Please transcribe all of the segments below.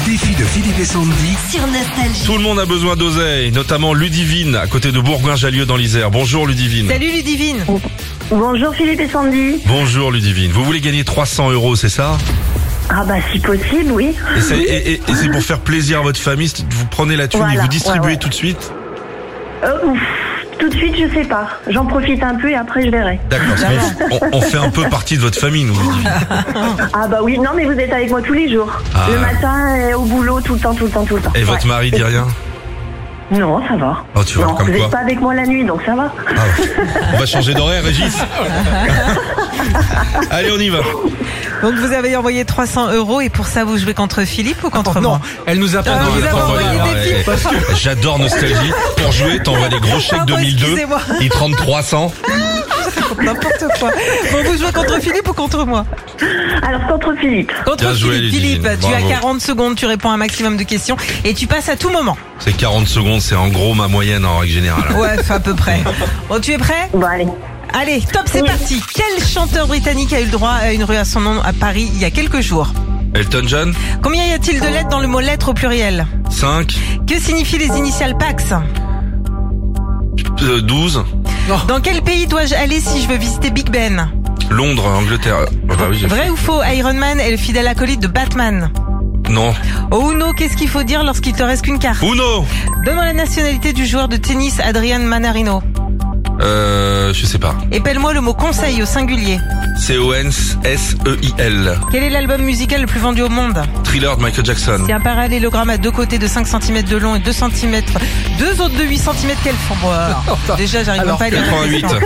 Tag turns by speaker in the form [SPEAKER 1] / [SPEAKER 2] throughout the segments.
[SPEAKER 1] Philippe et Sandy.
[SPEAKER 2] sur Nostalgie.
[SPEAKER 3] Tout le monde a besoin d'oseille, notamment Ludivine, à côté de Bourgoin-Jallieu dans l'Isère. Bonjour Ludivine.
[SPEAKER 4] Salut Ludivine.
[SPEAKER 5] Bonjour Philippe et Sandy.
[SPEAKER 3] Bonjour Ludivine. Vous voulez gagner 300 euros, c'est ça
[SPEAKER 5] Ah bah si possible, oui.
[SPEAKER 3] Et c'est et- et- et c'est pour faire plaisir à votre famille, c'est- vous prenez la thune et
[SPEAKER 5] Voilà,
[SPEAKER 3] vous distribuez
[SPEAKER 5] ouais, ouais.
[SPEAKER 3] tout de suite
[SPEAKER 5] Euh, ouf, tout de suite, je sais pas. J'en profite un peu et après je verrai.
[SPEAKER 3] D'accord, parce qu'on- on, on fait un peu partie de votre famille, nous, Ludivine.
[SPEAKER 5] Ah bah oui, non mais vous êtes avec moi tous les jours.
[SPEAKER 3] Ah.
[SPEAKER 5] Le matin, et au boulot, tout le temps, tout le temps, tout le temps.
[SPEAKER 3] Et votre
[SPEAKER 5] Ouais.
[SPEAKER 3] mari dit rien
[SPEAKER 5] Non, ça va.
[SPEAKER 3] Oh, tu vois,
[SPEAKER 5] non,
[SPEAKER 3] comme
[SPEAKER 5] vous
[SPEAKER 3] quoi.
[SPEAKER 5] n'êtes pas avec moi la nuit, donc ça va.
[SPEAKER 3] Ah, On va changer d'horaire, Régis. Allez, on y va.
[SPEAKER 4] Donc vous avez envoyé 300 euros et pour ça vous jouez contre Philippe ou contre
[SPEAKER 6] Non,
[SPEAKER 4] moi
[SPEAKER 6] elle nous a pas
[SPEAKER 4] Ah,
[SPEAKER 6] donné
[SPEAKER 4] vous
[SPEAKER 6] la
[SPEAKER 4] avez
[SPEAKER 6] parole.
[SPEAKER 4] envoyé
[SPEAKER 3] Ah,
[SPEAKER 4] des
[SPEAKER 3] ouais.
[SPEAKER 4] filles.
[SPEAKER 3] J'adore Nostalgie. Pour jouer, t'envoies des gros chèques
[SPEAKER 4] Pardon,
[SPEAKER 3] 2002.
[SPEAKER 4] Ah, excusez-moi.
[SPEAKER 3] Ils te rendent 300.
[SPEAKER 4] N'importe quoi. Bon, vous jouez contre Philippe ou contre moi
[SPEAKER 5] Alors contre Philippe.
[SPEAKER 4] Contre
[SPEAKER 3] Bien joué,
[SPEAKER 4] Philippe.
[SPEAKER 3] Ludivine.
[SPEAKER 4] Philippe, tu
[SPEAKER 3] Bravo.
[SPEAKER 4] as 40 secondes, tu réponds à un maximum de questions et tu passes à tout moment.
[SPEAKER 3] C'est 40 secondes, c'est en gros ma moyenne en règle générale.
[SPEAKER 4] Ouais, à peu près. Bon, tu es prêt
[SPEAKER 5] Bon allez.
[SPEAKER 4] Allez, top, c'est parti. Quel chanteur britannique a eu le droit à une rue à son nom à Paris il y a quelques jours
[SPEAKER 3] Elton John,
[SPEAKER 4] Combien y a-t-il de lettres dans le mot lettre au pluriel
[SPEAKER 3] 5,
[SPEAKER 4] Que signifient les initiales PAX
[SPEAKER 3] euh, 12,
[SPEAKER 4] Dans quel pays dois-je aller si je veux visiter Big Ben
[SPEAKER 3] Londres, Angleterre. Ah bah oui, j'ai-
[SPEAKER 4] Vrai ou faux, Iron Man est le fidèle acolyte de Batman
[SPEAKER 3] Non.
[SPEAKER 4] Oh ou non, qu'est-ce qu'il faut dire lorsqu'il te reste qu'une carte
[SPEAKER 3] Uno
[SPEAKER 4] Donne-moi la nationalité du joueur de tennis Adrian Manarino.
[SPEAKER 3] Euh, je sais pas.
[SPEAKER 4] Épelle-moi le mot conseil au singulier.
[SPEAKER 3] C-O-N-S-E-I-L.
[SPEAKER 4] Quel est l'album musical le plus vendu au monde
[SPEAKER 3] E Thriller de Michael Jackson.
[SPEAKER 4] C'est un parallélogramme à deux côtés de 5 cm de long et 2 cm, deux autres de 8 cm qu'elle font. Bon, alors, déjà, j'arrive même
[SPEAKER 6] Alors,
[SPEAKER 4] pas à lire la
[SPEAKER 3] 88.
[SPEAKER 4] question.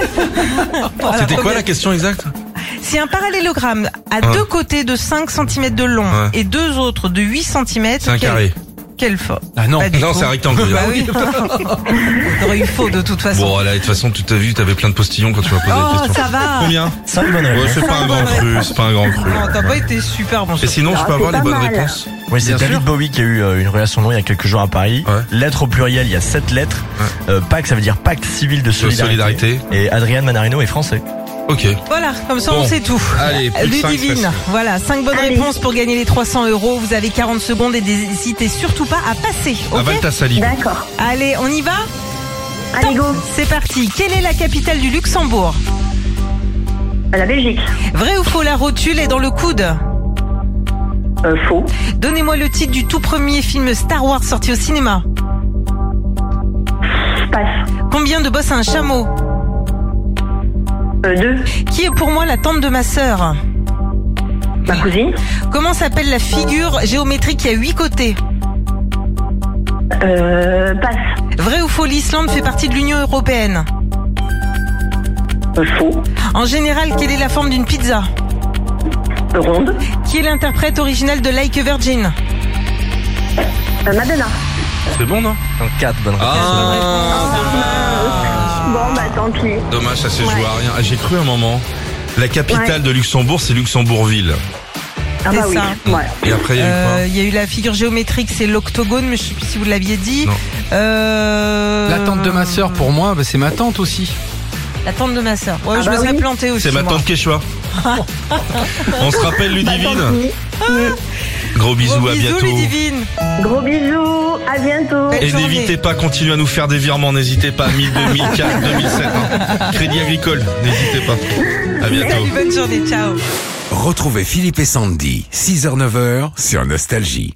[SPEAKER 4] Alors,
[SPEAKER 3] C'était quoi
[SPEAKER 4] ok.
[SPEAKER 3] la question exacte
[SPEAKER 4] C'est un parallélogramme à deux côtés de 5 cm de long
[SPEAKER 3] Ouais.
[SPEAKER 4] et deux autres de 8 cm.
[SPEAKER 3] C'est un carré.
[SPEAKER 4] Quelle faute
[SPEAKER 6] Ah non.
[SPEAKER 4] Pas du
[SPEAKER 3] Non,
[SPEAKER 4] tout.
[SPEAKER 3] c'est un rectangle.
[SPEAKER 4] Bah oui. T'aurais eu faux de toute façon.
[SPEAKER 3] Bon, là, de toute façon, tu t'as vu, t'avais plein de postillons quand tu m'as posé la
[SPEAKER 4] oh,
[SPEAKER 3] question.
[SPEAKER 4] ça va.
[SPEAKER 3] Combien Ouais, c'est pas un grand cru, c'est pas un grand cru.
[SPEAKER 4] Non, Ah, t'as pas été super bon.
[SPEAKER 3] Et sinon, je
[SPEAKER 5] Ah,
[SPEAKER 3] peux avoir
[SPEAKER 5] c'est
[SPEAKER 3] les
[SPEAKER 5] pas
[SPEAKER 3] bonnes
[SPEAKER 5] mal.
[SPEAKER 3] réponses
[SPEAKER 7] Oui, c'est
[SPEAKER 6] Bien
[SPEAKER 7] David
[SPEAKER 6] sûr.
[SPEAKER 7] Bowie qui a eu euh, une rue à son nom il y a quelques jours à Paris.
[SPEAKER 3] Ouais.
[SPEAKER 7] Lettre au pluriel, il y a sept lettres. Euh, PAC, ça veut dire Pacte civil de
[SPEAKER 3] de
[SPEAKER 7] solidarité.
[SPEAKER 3] solidarité.
[SPEAKER 7] Et Adrien Manarino est français.
[SPEAKER 3] Ok.
[SPEAKER 4] Voilà, comme ça
[SPEAKER 3] Bon.
[SPEAKER 4] on sait tout.
[SPEAKER 3] Allez, plus de cinq, c'est
[SPEAKER 4] Ludivine,
[SPEAKER 3] facile.
[SPEAKER 4] voilà, 5 bonnes
[SPEAKER 5] Allez.
[SPEAKER 4] réponses pour gagner les 300 euros. Vous avez 40 secondes et n'hésitez surtout pas à passer. ok
[SPEAKER 3] Avale ta salive.
[SPEAKER 5] D'accord.
[SPEAKER 4] Allez, on y va
[SPEAKER 5] Allez go.
[SPEAKER 4] C'est parti. Quelle est la capitale du Luxembourg
[SPEAKER 5] La Belgique.
[SPEAKER 4] Vrai ou faux, la rotule est dans le coude
[SPEAKER 5] Euh, faux.
[SPEAKER 4] Donnez-moi le titre du tout premier film Star Wars sorti au cinéma.
[SPEAKER 5] Passe.
[SPEAKER 4] Combien de bosses a un chameau
[SPEAKER 5] Euh, deux.
[SPEAKER 4] Qui est pour moi la tante de ma sœur
[SPEAKER 5] Ma cousine.
[SPEAKER 4] Comment s'appelle la figure géométrique qui a huit côtés
[SPEAKER 5] Euh, passe.
[SPEAKER 4] Vrai ou faux, l'Islande fait partie de l'Union Européenne
[SPEAKER 5] Euh, faux.
[SPEAKER 4] En général, quelle est la forme d'une pizza
[SPEAKER 5] Euh, Ronde.
[SPEAKER 4] Qui est l'interprète original de Like a Virgin
[SPEAKER 5] Euh, Madonna.
[SPEAKER 3] C'est bon, non
[SPEAKER 7] Donc 4 bonnes réponses.
[SPEAKER 3] Ah
[SPEAKER 5] Bon bah tant pis.
[SPEAKER 3] Dommage, ça se joue à rien. Ah, J'ai cru un moment. La capitale de Luxembourg, c'est Luxembourgville.
[SPEAKER 5] Ah
[SPEAKER 4] C'est
[SPEAKER 5] bah
[SPEAKER 4] ça.
[SPEAKER 5] oui. Ouais.
[SPEAKER 3] Et après, il y a eu
[SPEAKER 4] Euh, Il y a eu la figure géométrique, c'est l'octogone, mais je sais plus si vous l'aviez dit.
[SPEAKER 3] Non.
[SPEAKER 4] Euh...
[SPEAKER 6] La tante de ma sœur pour moi, bah, c'est ma tante aussi.
[SPEAKER 4] La tante de ma sœur. Ouais,
[SPEAKER 5] Ah
[SPEAKER 4] je me
[SPEAKER 5] bah
[SPEAKER 4] serais
[SPEAKER 5] oui.
[SPEAKER 4] plantée
[SPEAKER 3] quoi
[SPEAKER 4] aussi.
[SPEAKER 3] C'est ma
[SPEAKER 4] moi.
[SPEAKER 3] tante Quechua. On se rappelle Ludivine.
[SPEAKER 5] Tant
[SPEAKER 3] Gros bisous,
[SPEAKER 4] Gros
[SPEAKER 3] à
[SPEAKER 4] Oh, bisous,
[SPEAKER 3] bientôt.
[SPEAKER 4] Ludivine.
[SPEAKER 5] pis. Gros bisous. À bientôt.
[SPEAKER 4] Et-
[SPEAKER 3] Et
[SPEAKER 4] Journée.
[SPEAKER 3] n'hésitez pas, continuez à nous faire des virements, n'hésitez pas, 1000, 2000, 4, 2007. hein. Crédit agricole, n'hésitez pas. À bientôt.
[SPEAKER 4] Salut, bonne journée, ciao.
[SPEAKER 1] Retrouvez Philippe et Sandy, 6h-9h sur Nostalgie.